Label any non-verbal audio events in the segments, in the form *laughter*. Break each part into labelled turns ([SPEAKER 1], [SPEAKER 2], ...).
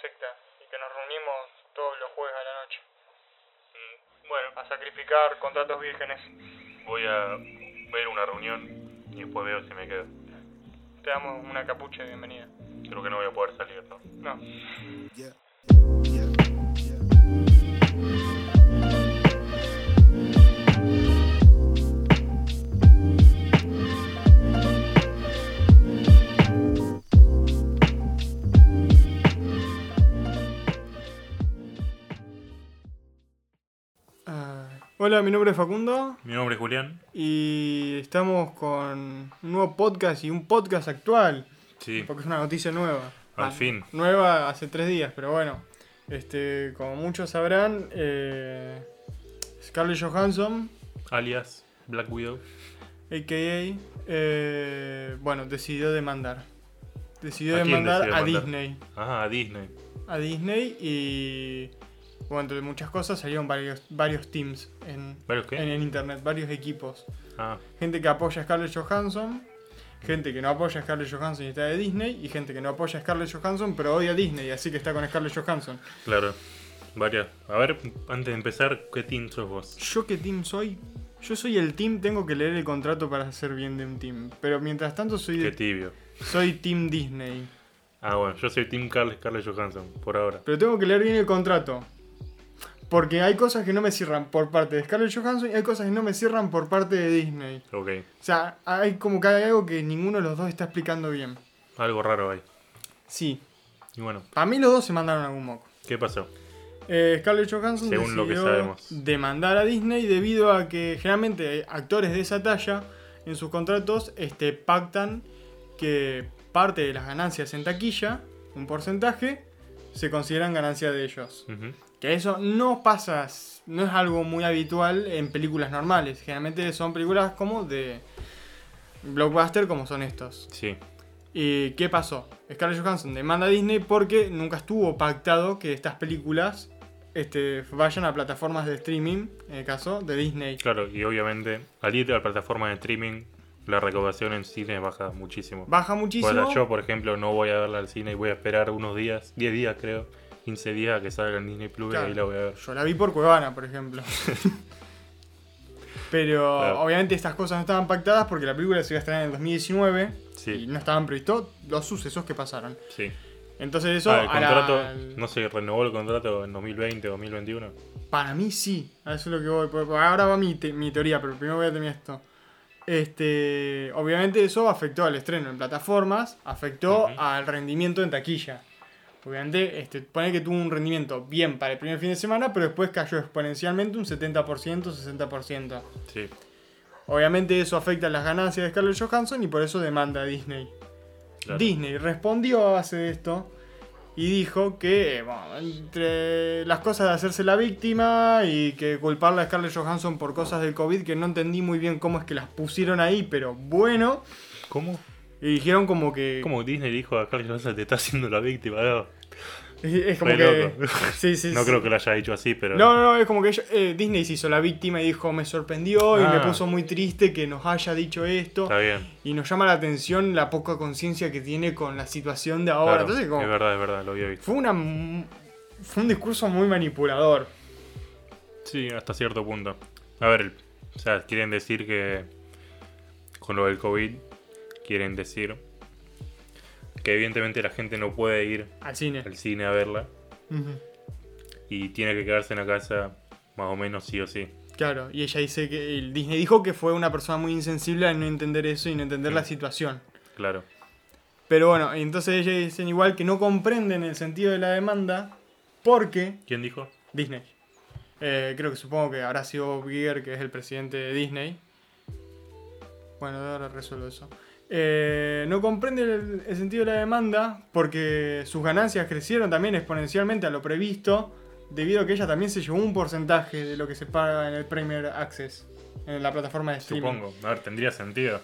[SPEAKER 1] secta y que nos reunimos todos los jueves a la noche. Bueno, a sacrificar contratos vírgenes.
[SPEAKER 2] Mm, Voy a ver una reunión y después veo si me quedo.
[SPEAKER 1] Te damos una capucha de bienvenida.
[SPEAKER 2] Creo que no voy a poder salir, ¿no?
[SPEAKER 1] No.
[SPEAKER 3] Yeah.
[SPEAKER 1] hola, mi nombre es Facundo
[SPEAKER 2] Mi nombre es Julián.
[SPEAKER 1] y estamos con un nuevo podcast y un podcast actual.
[SPEAKER 2] Sí.
[SPEAKER 1] Porque es una noticia nueva.
[SPEAKER 2] Al fin.
[SPEAKER 1] Nueva hace tres días, pero bueno. Este, como muchos sabrán, eh, Scarlett Johansson,
[SPEAKER 2] Alias Black Widow.
[SPEAKER 1] a.k.a., eh, bueno, decidió demandar. Decidió
[SPEAKER 2] ¿A quién
[SPEAKER 1] demandar
[SPEAKER 2] decidió
[SPEAKER 1] a
[SPEAKER 2] demandar?
[SPEAKER 1] Disney.
[SPEAKER 2] Ah, a Disney.
[SPEAKER 1] A Disney y, bueno, entre muchas cosas salieron varios, varios teams en,
[SPEAKER 2] ¿Varios qué?
[SPEAKER 1] en el internet, varios equipos.
[SPEAKER 2] Ah,
[SPEAKER 1] Gente que apoya a Scarlett Johansson, gente que no apoya a Scarlett Johansson y está de Disney, y gente que no apoya a Scarlett Johansson pero odia a Disney, así que está con Scarlett Johansson.
[SPEAKER 2] claro. Varias. A ver, antes de empezar, ¿qué team sos vos?
[SPEAKER 1] ¿Yo qué team soy? Yo soy el team, tengo que leer el contrato para ser bien de un team. Pero mientras tanto soy,
[SPEAKER 2] Qué
[SPEAKER 1] de-
[SPEAKER 2] tibio.
[SPEAKER 1] soy team Disney.
[SPEAKER 2] Ah, bueno, yo soy Team Carl Scarlett Johansson, por ahora.
[SPEAKER 1] Pero tengo que leer bien el contrato. Porque hay cosas que no me cierran por parte de Scarlett Johansson y hay cosas que no me cierran por parte de Disney.
[SPEAKER 2] Ok.
[SPEAKER 1] O sea, hay como que hay algo que ninguno de los dos está explicando bien.
[SPEAKER 2] Algo raro hay.
[SPEAKER 1] Sí,
[SPEAKER 2] Y bueno,
[SPEAKER 1] para mí los dos se mandaron algún moco.
[SPEAKER 2] ¿qué pasó?
[SPEAKER 1] Eh, Scarlett Johansson
[SPEAKER 2] Según lo que
[SPEAKER 1] decidió
[SPEAKER 2] sabemos.
[SPEAKER 1] demandar a Disney debido a que generalmente actores de esa talla en sus contratos este, pactan que parte de las ganancias en taquilla, un porcentaje, se consideran ganancia de ellos.
[SPEAKER 2] Ujú.
[SPEAKER 1] Que eso no pasa, no es algo muy habitual en películas normales. Generalmente son películas como de blockbuster como son estos.
[SPEAKER 2] Sí.
[SPEAKER 1] ¿Y Eh, qué pasó? Scarlett Johansson demanda a Disney porque nunca estuvo pactado que estas películas este, vayan a plataformas de streaming, en el caso de Disney.
[SPEAKER 2] Claro, y obviamente, al ir a la plataforma de streaming, la recaudación en cines baja muchísimo.
[SPEAKER 1] Baja
[SPEAKER 2] Bueno,
[SPEAKER 1] muchísimo.
[SPEAKER 2] yo, por ejemplo, no voy a verla al cine y voy a esperar unos días, 10 días creo, 15 días a que salga en Disney Plus
[SPEAKER 1] Claro.
[SPEAKER 2] y ahí la voy a ver.
[SPEAKER 1] Yo la vi por Cuevana, por
[SPEAKER 2] *laughs*
[SPEAKER 1] ejemplo. Pero
[SPEAKER 2] Claro.
[SPEAKER 1] obviamente estas cosas no estaban pactadas porque la película se iba a estrenar en el 2019
[SPEAKER 2] Sí.
[SPEAKER 1] y no estaban previstos los sucesos que pasaron.
[SPEAKER 2] Sí.
[SPEAKER 1] Entonces eso
[SPEAKER 2] Ah, el
[SPEAKER 1] a la-
[SPEAKER 2] contrato, no se renovó el contrato en 2020, 2021.
[SPEAKER 1] Para mí sí. A eso es lo que voy. por- por- Ahora va mi, te- mi teoría, pero primero voy a terminar esto. Este, obviamente eso afectó al estreno en plataformas, afectó
[SPEAKER 2] Ujú.
[SPEAKER 1] al rendimiento en taquilla. Obviamente, este, pone que tuvo un rendimiento bien para el primer fin de semana, pero después cayó exponencialmente un 70%, 60%.
[SPEAKER 2] Sí.
[SPEAKER 1] Obviamente eso afecta a las ganancias de Scarlett Johansson y por eso demanda a Disney.
[SPEAKER 2] Claro.
[SPEAKER 1] Disney respondió a base de esto y dijo que, eh, bueno, entre las cosas de hacerse la víctima y que culparla a Scarlett Johansson por cosas del COVID, que no entendí muy bien cómo es que las pusieron ahí, pero bueno,
[SPEAKER 2] ¿Cómo?
[SPEAKER 1] y dijeron como que...
[SPEAKER 2] ¿Cómo Disney dijo a Carlos Johansson te está haciendo la víctima? No,
[SPEAKER 1] *laughs* Es, es como
[SPEAKER 2] Re
[SPEAKER 1] que...
[SPEAKER 2] loco.
[SPEAKER 1] *laughs* Sí, sí,
[SPEAKER 2] *laughs* No
[SPEAKER 1] sí.
[SPEAKER 2] creo que lo haya dicho así, pero...
[SPEAKER 1] No, no, no, es como que ellos- eh, Disney se hizo la víctima y dijo, me sorprendió y
[SPEAKER 2] Ah.
[SPEAKER 1] me puso muy triste que nos haya dicho esto.
[SPEAKER 2] Está bien.
[SPEAKER 1] Y nos llama la atención la poca conciencia que tiene con la situación de ahora.
[SPEAKER 2] Claro,
[SPEAKER 1] Entonces,
[SPEAKER 2] Es
[SPEAKER 1] como,
[SPEAKER 2] verdad, es verdad, lo había visto.
[SPEAKER 1] fue, una, m- fue un discurso muy manipulador.
[SPEAKER 2] Sí, hasta cierto punto. A ver, el- o sea, quieren decir que con lo del COVID, quieren decir que evidentemente la gente no puede ir
[SPEAKER 1] Al cine.
[SPEAKER 2] al cine a verla
[SPEAKER 1] Ujú.
[SPEAKER 2] y tiene que quedarse en la casa más o menos sí o sí.
[SPEAKER 1] Claro, y ella dice que el Disney dijo que fue una persona muy insensible al no entender eso y no entender la situación.
[SPEAKER 2] Claro,
[SPEAKER 1] Pero bueno, entonces ellos dicen igual que no comprenden el sentido de la demanda porque
[SPEAKER 2] ¿quién dijo?
[SPEAKER 1] Disney. Eh, creo que supongo que habrá sido Bob Giger, que es el presidente de Disney. Bueno, ahora resuelvo eso. Eh, no comprende el, el sentido de la demanda porque sus ganancias crecieron también exponencialmente a lo previsto, debido a que ella también se llevó un porcentaje de lo que se paga en el Premier Access, en la plataforma de streaming.
[SPEAKER 2] Supongo. A ver, tendría sentido.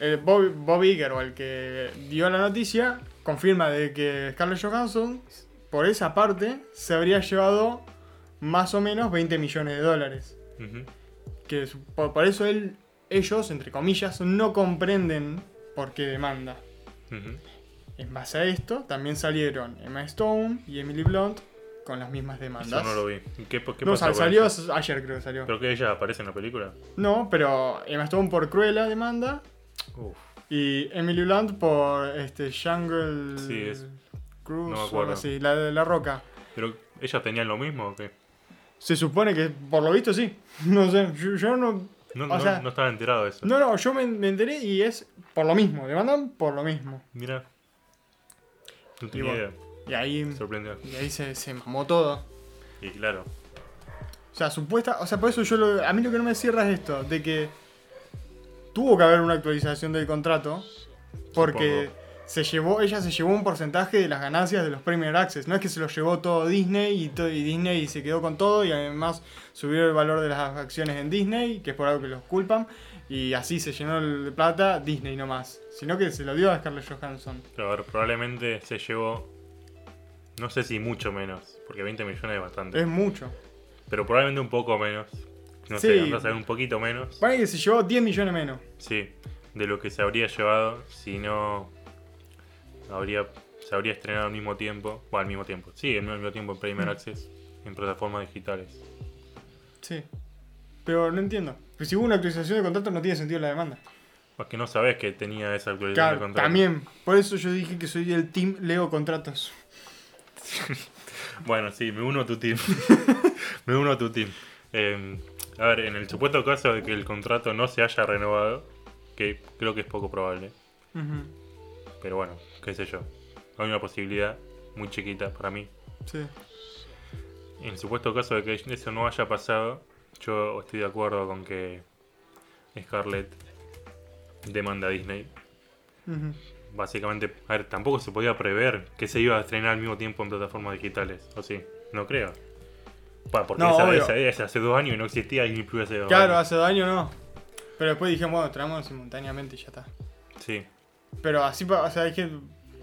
[SPEAKER 1] Eh, Bob, Bob Iger, o el que dio la noticia, confirma de que Scarlett Johansson, por esa parte, se habría llevado más o menos 20 millones de dólares.
[SPEAKER 2] Ujú.
[SPEAKER 1] Que su- por, por eso él, ellos, entre comillas, no comprenden por qué demanda.
[SPEAKER 2] Ujú.
[SPEAKER 1] En base a esto, también salieron Emma Stone y Emily Blunt con las mismas demandas.
[SPEAKER 2] Eso no lo vi. ¿Y ¿Qué, qué
[SPEAKER 1] no,
[SPEAKER 2] pasó
[SPEAKER 1] sal-
[SPEAKER 2] con
[SPEAKER 1] salió
[SPEAKER 2] eso?
[SPEAKER 1] ayer, creo que salió.
[SPEAKER 2] ¿Pero que ella aparece en la película?
[SPEAKER 1] No, pero Emma Stone por Cruella demanda
[SPEAKER 2] Uf,
[SPEAKER 1] y Emily Blunt por este, Jungle
[SPEAKER 2] Sí, es-
[SPEAKER 1] Cruise
[SPEAKER 2] no me
[SPEAKER 1] o algo
[SPEAKER 2] acuerdo.
[SPEAKER 1] así, la de la roca.
[SPEAKER 2] ¿Pero ellas tenían lo mismo o qué?
[SPEAKER 1] Se supone que, por lo visto, sí. *laughs* No sé, yo, yo no.
[SPEAKER 2] No,
[SPEAKER 1] O
[SPEAKER 2] no,
[SPEAKER 1] sea-
[SPEAKER 2] no estaba enterado de eso.
[SPEAKER 1] No, no, yo me, me enteré y es por lo mismo, demandan por lo mismo.
[SPEAKER 2] Mira. No tenía
[SPEAKER 1] bueno.
[SPEAKER 2] idea.
[SPEAKER 1] Y ahí,
[SPEAKER 2] Me sorprendió.
[SPEAKER 1] y ahí se, se mamó todo.
[SPEAKER 2] Y claro.
[SPEAKER 1] O sea, supuesta. O sea, por eso yo lo- A mí lo que no me cierra es esto, de que tuvo que haber una actualización del contrato. Porque
[SPEAKER 2] Supongo.
[SPEAKER 1] se llevó, ella se llevó un porcentaje de las ganancias de los Premier Access. No es que se lo llevó todo Disney y, todo, y Disney se quedó con todo y además subió el valor de las acciones en Disney, que es por algo que los culpan. Y así se llenó el de plata Disney nomás. Sino que se lo dio a Scarlett Johansson.
[SPEAKER 2] Pero a ver, probablemente se llevó. No sé si mucho menos. Porque 20 millones es bastante.
[SPEAKER 1] Es mucho.
[SPEAKER 2] Pero probablemente un poco menos. No
[SPEAKER 1] Sí.
[SPEAKER 2] sé, andás a ver un poquito menos.
[SPEAKER 1] Para que se llevó 10 millones menos.
[SPEAKER 2] Sí, de lo que se habría llevado si no habría, se habría estrenado al mismo tiempo. Bueno, al mismo tiempo. Sí, al mismo tiempo en Premier
[SPEAKER 1] Mm.
[SPEAKER 2] Access, en plataformas digitales.
[SPEAKER 1] Sí. Pero no entiendo. Pues si hubo una actualización de contrato no tiene sentido la demanda.
[SPEAKER 2] Es que no sabés que tenía esa actualización de
[SPEAKER 1] Claro,
[SPEAKER 2] contrato.
[SPEAKER 1] también. Por eso yo dije que soy del team Leo Contratos.
[SPEAKER 2] Bueno, sí, me uno a tu team. *laughs* me uno a tu team. Eh, a ver, en el supuesto caso de que el contrato no se haya renovado, que creo que es poco probable, pero bueno, qué sé yo. Hay una posibilidad muy chiquita para mí,
[SPEAKER 1] Sí.
[SPEAKER 2] En el supuesto caso de que eso no haya pasado, yo estoy de acuerdo con que Scarlett demanda a Disney.
[SPEAKER 1] Ujú.
[SPEAKER 2] Básicamente, a ver, tampoco se podía prever que se iba a estrenar al mismo tiempo en plataformas digitales, ¿o sí? No creo. Pa, porque
[SPEAKER 1] No,
[SPEAKER 2] esa,
[SPEAKER 1] obvio.
[SPEAKER 2] esa- esa hace dos años y no existía Disney Plus hace dos
[SPEAKER 1] Claro,
[SPEAKER 2] años.
[SPEAKER 1] hace daño no. Pero después dije, bueno, traemos simultáneamente y ya está.
[SPEAKER 2] Sí,
[SPEAKER 1] Pero así, pa- o sea, hay que,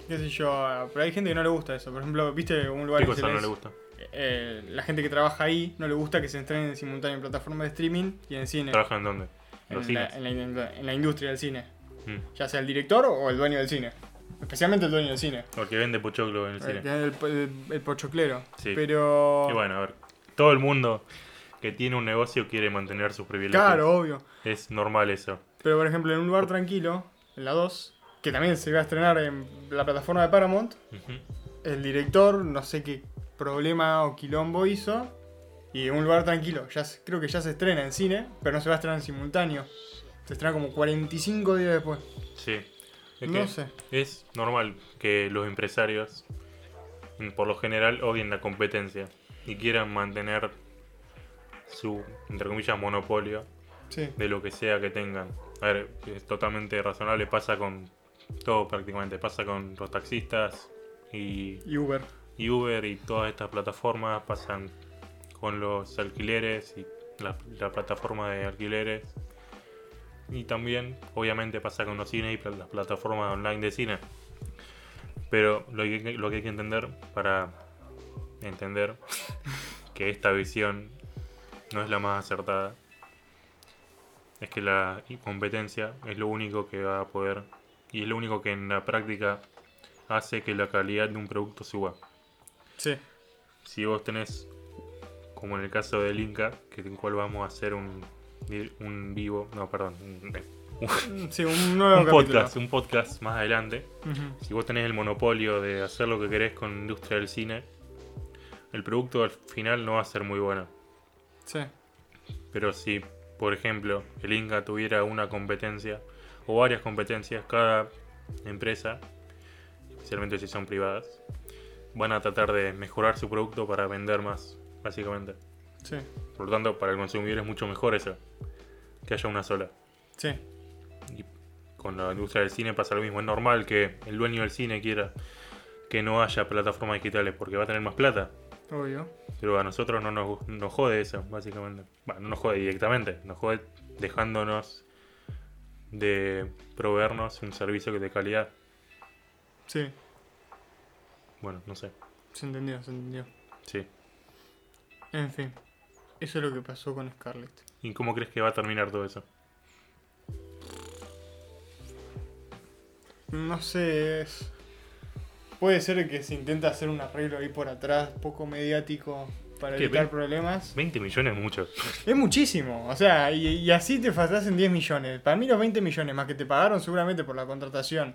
[SPEAKER 1] qué sé yo, pero hay gente que no le gusta eso. Por ejemplo, viste un lugar
[SPEAKER 2] ¿qué
[SPEAKER 1] que se
[SPEAKER 2] cosa no
[SPEAKER 1] les-
[SPEAKER 2] le gusta?
[SPEAKER 1] eh, la gente que trabaja ahí no le gusta que se estrenen simultáneo en plataformas de streaming y en cine.
[SPEAKER 2] ¿Trabajan dónde? En Los
[SPEAKER 1] En la-
[SPEAKER 2] cines.
[SPEAKER 1] en la- en la industria del cine.
[SPEAKER 2] Mm.
[SPEAKER 1] Ya sea el director o el dueño del cine. Especialmente el dueño del cine.
[SPEAKER 2] Porque vende Pochoclo en el cine.
[SPEAKER 1] El, el, el pochoclero.
[SPEAKER 2] Sí.
[SPEAKER 1] Pero.
[SPEAKER 2] Y bueno, a ver, todo el mundo que tiene un negocio quiere mantener sus privilegios.
[SPEAKER 1] claro, obvio.
[SPEAKER 2] Es normal eso.
[SPEAKER 1] Pero por ejemplo, en un lugar tranquilo, en la 2, que también se iba a estrenar en la plataforma de Paramount,
[SPEAKER 2] Ujú.
[SPEAKER 1] el director, no sé qué problema o quilombo hizo. Y en un lugar tranquilo, ya se- creo que ya se estrena en cine, pero no se va a estrenar en simultáneo. Se estrena como 45 días después.
[SPEAKER 2] Sí. Es
[SPEAKER 1] No
[SPEAKER 2] que
[SPEAKER 1] sé.
[SPEAKER 2] Es normal que los empresarios, mm, por lo general, odien la competencia y quieran mantener su, entre comillas, monopolio
[SPEAKER 1] Sí.
[SPEAKER 2] de lo que sea que tengan. A ver, es totalmente razonable, pasa con todo prácticamente, pasa con los taxistas y,
[SPEAKER 1] Y Uber.
[SPEAKER 2] y Uber y todas estas plataformas, pasan con los alquileres y la, la plataforma de alquileres. Y también, obviamente, pasa con los cines y pla- las plataformas online de cine. Pero lo que, lo que hay que entender para entender *laughs* que esta visión no es la más acertada es que la competencia es lo único que va a poder y es lo único que en la práctica hace que la calidad de un producto suba
[SPEAKER 1] Sí.
[SPEAKER 2] si vos tenés, como en el caso del Inca, que en cual vamos a hacer un, un vivo, no, perdón, un,
[SPEAKER 1] Mm, Sí, un
[SPEAKER 2] un
[SPEAKER 1] nuevo capítulo.
[SPEAKER 2] podcast, un podcast más adelante.
[SPEAKER 1] Ujú.
[SPEAKER 2] Si vos tenés el monopolio de hacer lo que querés con la industria del cine, el producto al final no va a ser muy bueno.
[SPEAKER 1] Sí.
[SPEAKER 2] Pero si, por ejemplo, el Inca tuviera una competencia o varias competencias, cada empresa, especialmente si son privadas, van a tratar de mejorar su producto para vender más, básicamente.
[SPEAKER 1] Sí.
[SPEAKER 2] Por lo tanto, para el consumidor es mucho mejor eso. Que haya una sola.
[SPEAKER 1] Sí.
[SPEAKER 2] Y con la industria del cine pasa lo mismo. Es normal que el dueño del cine quiera que no haya plataformas digitales porque va a tener más plata.
[SPEAKER 1] Obvio.
[SPEAKER 2] Pero a nosotros no nos, gu- nos jode eso, básicamente. Bueno, no nos jode directamente. Nos jode dejándonos de proveernos un servicio que de calidad.
[SPEAKER 1] Sí.
[SPEAKER 2] Bueno, no sé.
[SPEAKER 1] Se entendió, se entendió.
[SPEAKER 2] Sí.
[SPEAKER 1] En fin. Eso es lo que pasó con Scarlett.
[SPEAKER 2] ¿Y cómo crees que va a terminar todo eso?
[SPEAKER 1] No sé, es... Puede ser que se intenta hacer un arreglo ahí por atrás, poco mediático, para
[SPEAKER 2] ¿Qué,
[SPEAKER 1] evitar
[SPEAKER 2] ve-
[SPEAKER 1] problemas.
[SPEAKER 2] 20 millones es mucho.
[SPEAKER 1] Es muchísimo, o sea, y, y así te faltas en 10 millones. Para mí los 20 millones más que te pagaron seguramente por la contratación.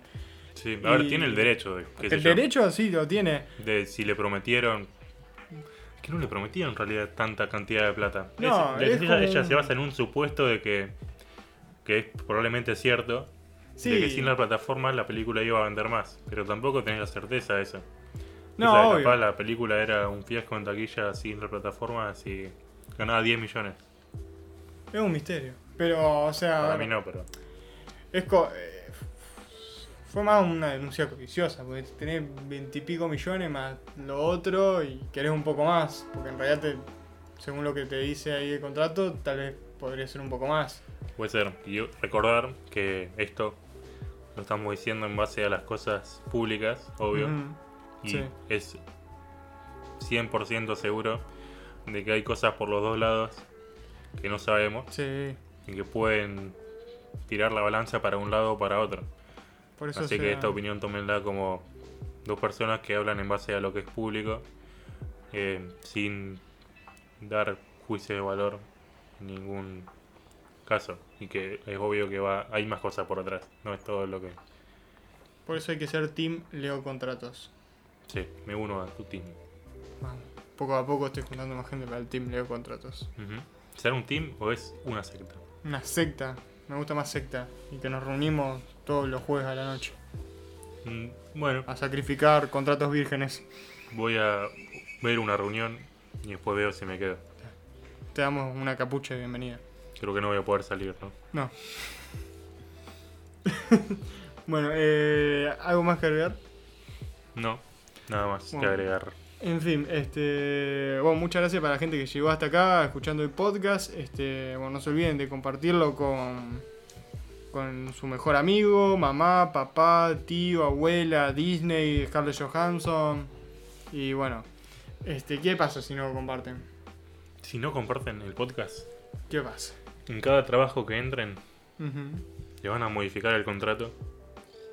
[SPEAKER 2] Sí, a ver,
[SPEAKER 1] Y-
[SPEAKER 2] tiene el derecho. De, qué sé
[SPEAKER 1] El
[SPEAKER 2] yo,
[SPEAKER 1] derecho sí lo tiene.
[SPEAKER 2] de si le prometieron. Es que no le prometieron en realidad tanta cantidad de plata.
[SPEAKER 1] No,
[SPEAKER 2] Es-
[SPEAKER 1] es
[SPEAKER 2] ella,
[SPEAKER 1] como-
[SPEAKER 2] ella se basa en un supuesto de que, que es probablemente cierto.
[SPEAKER 1] Sí.
[SPEAKER 2] De que sin la plataforma la película iba a vender más. Pero tampoco tenés la certeza de eso.
[SPEAKER 1] No,
[SPEAKER 2] O sea,
[SPEAKER 1] obvio.
[SPEAKER 2] capaz la película era un fiasco en taquilla sin la plataforma, así ganaba 10 millones.
[SPEAKER 1] Es un misterio. Pero, o sea,
[SPEAKER 2] Para mí no, pero.
[SPEAKER 1] es co- eh, fue más una denuncia codiciosa, porque tenés veintipico millones más lo otro y querés un poco más, porque en realidad, te- según lo que te dice ahí el contrato, tal vez podría ser un poco más.
[SPEAKER 2] Puede ser. Y yo- recordar que esto lo estamos diciendo en base a las cosas públicas, obvio.
[SPEAKER 1] Ujú.
[SPEAKER 2] Y
[SPEAKER 1] sí.
[SPEAKER 2] es 100% seguro de que hay cosas por los dos lados que no sabemos
[SPEAKER 1] Sí,
[SPEAKER 2] y que pueden tirar la balanza para un lado o para otro.
[SPEAKER 1] por eso
[SPEAKER 2] Así
[SPEAKER 1] se-
[SPEAKER 2] que esta opinión tómenla como dos personas que hablan en base a lo que es público, eh, sin dar juicio de valor en ningún caso. Y que es obvio que va hay más cosas por atrás, no es todo lo que...
[SPEAKER 1] Por eso hay que ser Team Leo Contratos.
[SPEAKER 2] Sí, me uno a tu team.
[SPEAKER 1] Vamos. Poco a poco estoy juntando más gente para el Team Leo Contratos.
[SPEAKER 2] Ujú. ¿Será un team o es una secta?
[SPEAKER 1] Una secta, me gusta más secta. Y que nos reunimos todos los jueves a la noche
[SPEAKER 2] Mm, Bueno,
[SPEAKER 1] a sacrificar contratos vírgenes.
[SPEAKER 2] voy a ver una reunión y después veo si me quedo.
[SPEAKER 1] Te damos una capucha de bienvenida.
[SPEAKER 2] Creo que no voy a poder salir, ¿no?
[SPEAKER 1] No. *laughs* bueno, eh, algo más que agregar.
[SPEAKER 2] No, nada más que
[SPEAKER 1] Bueno.
[SPEAKER 2] agregar.
[SPEAKER 1] En fin, este, bueno, muchas gracias para la gente que llegó hasta acá escuchando el podcast. Este, bueno, no se olviden de compartirlo con, con su mejor amigo, mamá, papá, tío, abuela, Disney, Scarlett Johansson. Y bueno, este, ¿qué pasa si no lo comparten?
[SPEAKER 2] Si no comparten el podcast,
[SPEAKER 1] ¿Qué pasa?
[SPEAKER 2] en cada trabajo que entren,
[SPEAKER 1] Ujú.
[SPEAKER 2] le van a modificar el contrato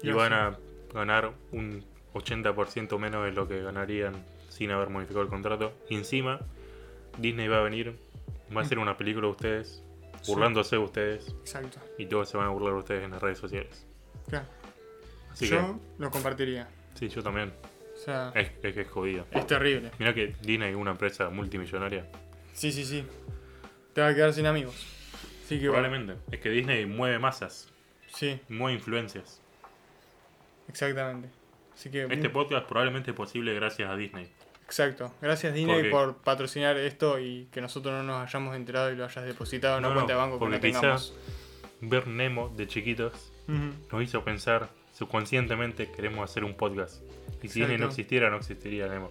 [SPEAKER 2] y
[SPEAKER 1] Ya
[SPEAKER 2] van a ganar un 80% menos de lo que ganarían sin haber modificado el contrato. Y encima, Disney va a venir, va a hacer una película de ustedes,
[SPEAKER 1] Sí.
[SPEAKER 2] burlándose de ustedes,
[SPEAKER 1] Exacto.
[SPEAKER 2] y todos se van a burlar de ustedes en las redes sociales.
[SPEAKER 1] Claro.
[SPEAKER 2] Así
[SPEAKER 1] Yo lo compartiría.
[SPEAKER 2] que, sí, yo también.
[SPEAKER 1] O sea,
[SPEAKER 2] Es, es que es jodido.
[SPEAKER 1] es terrible.
[SPEAKER 2] Mirá que Disney es una empresa multimillonaria.
[SPEAKER 1] Sí, sí, sí. Te vas a quedar sin amigos. Así que bueno,
[SPEAKER 2] Probablemente. Es que Disney mueve masas,
[SPEAKER 1] Sí,
[SPEAKER 2] mueve influencias.
[SPEAKER 1] exactamente. Así que. mm,
[SPEAKER 2] Este podcast probablemente es posible gracias a Disney.
[SPEAKER 1] Exacto. Gracias, Disney,
[SPEAKER 2] Porque-
[SPEAKER 1] por patrocinar esto y que nosotros no nos hayamos enterado y lo hayas depositado en
[SPEAKER 2] No,
[SPEAKER 1] una cuenta de
[SPEAKER 2] no,
[SPEAKER 1] banco que
[SPEAKER 2] porque
[SPEAKER 1] no tengamos.
[SPEAKER 2] Ver Nemo de chiquitos
[SPEAKER 1] Ujú.
[SPEAKER 2] nos hizo pensar subconscientemente queremos hacer un podcast. Y si Disney no
[SPEAKER 1] Exacto.
[SPEAKER 2] existiera, no existiría Nemo.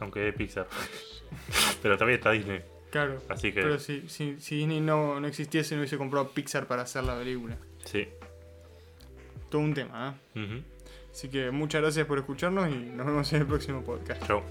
[SPEAKER 2] Aunque es de Pixar.
[SPEAKER 1] *laughs*
[SPEAKER 2] Pero también está Disney.
[SPEAKER 1] Claro.
[SPEAKER 2] Así que
[SPEAKER 1] Pero si, si, si Disney no, no existiese, no hubiese comprado Pixar para hacer la película.
[SPEAKER 2] sí.
[SPEAKER 1] Todo un tema, ¿eh?
[SPEAKER 2] Ujú.
[SPEAKER 1] Así que muchas gracias por escucharnos y nos vemos en el próximo podcast.
[SPEAKER 2] Chau.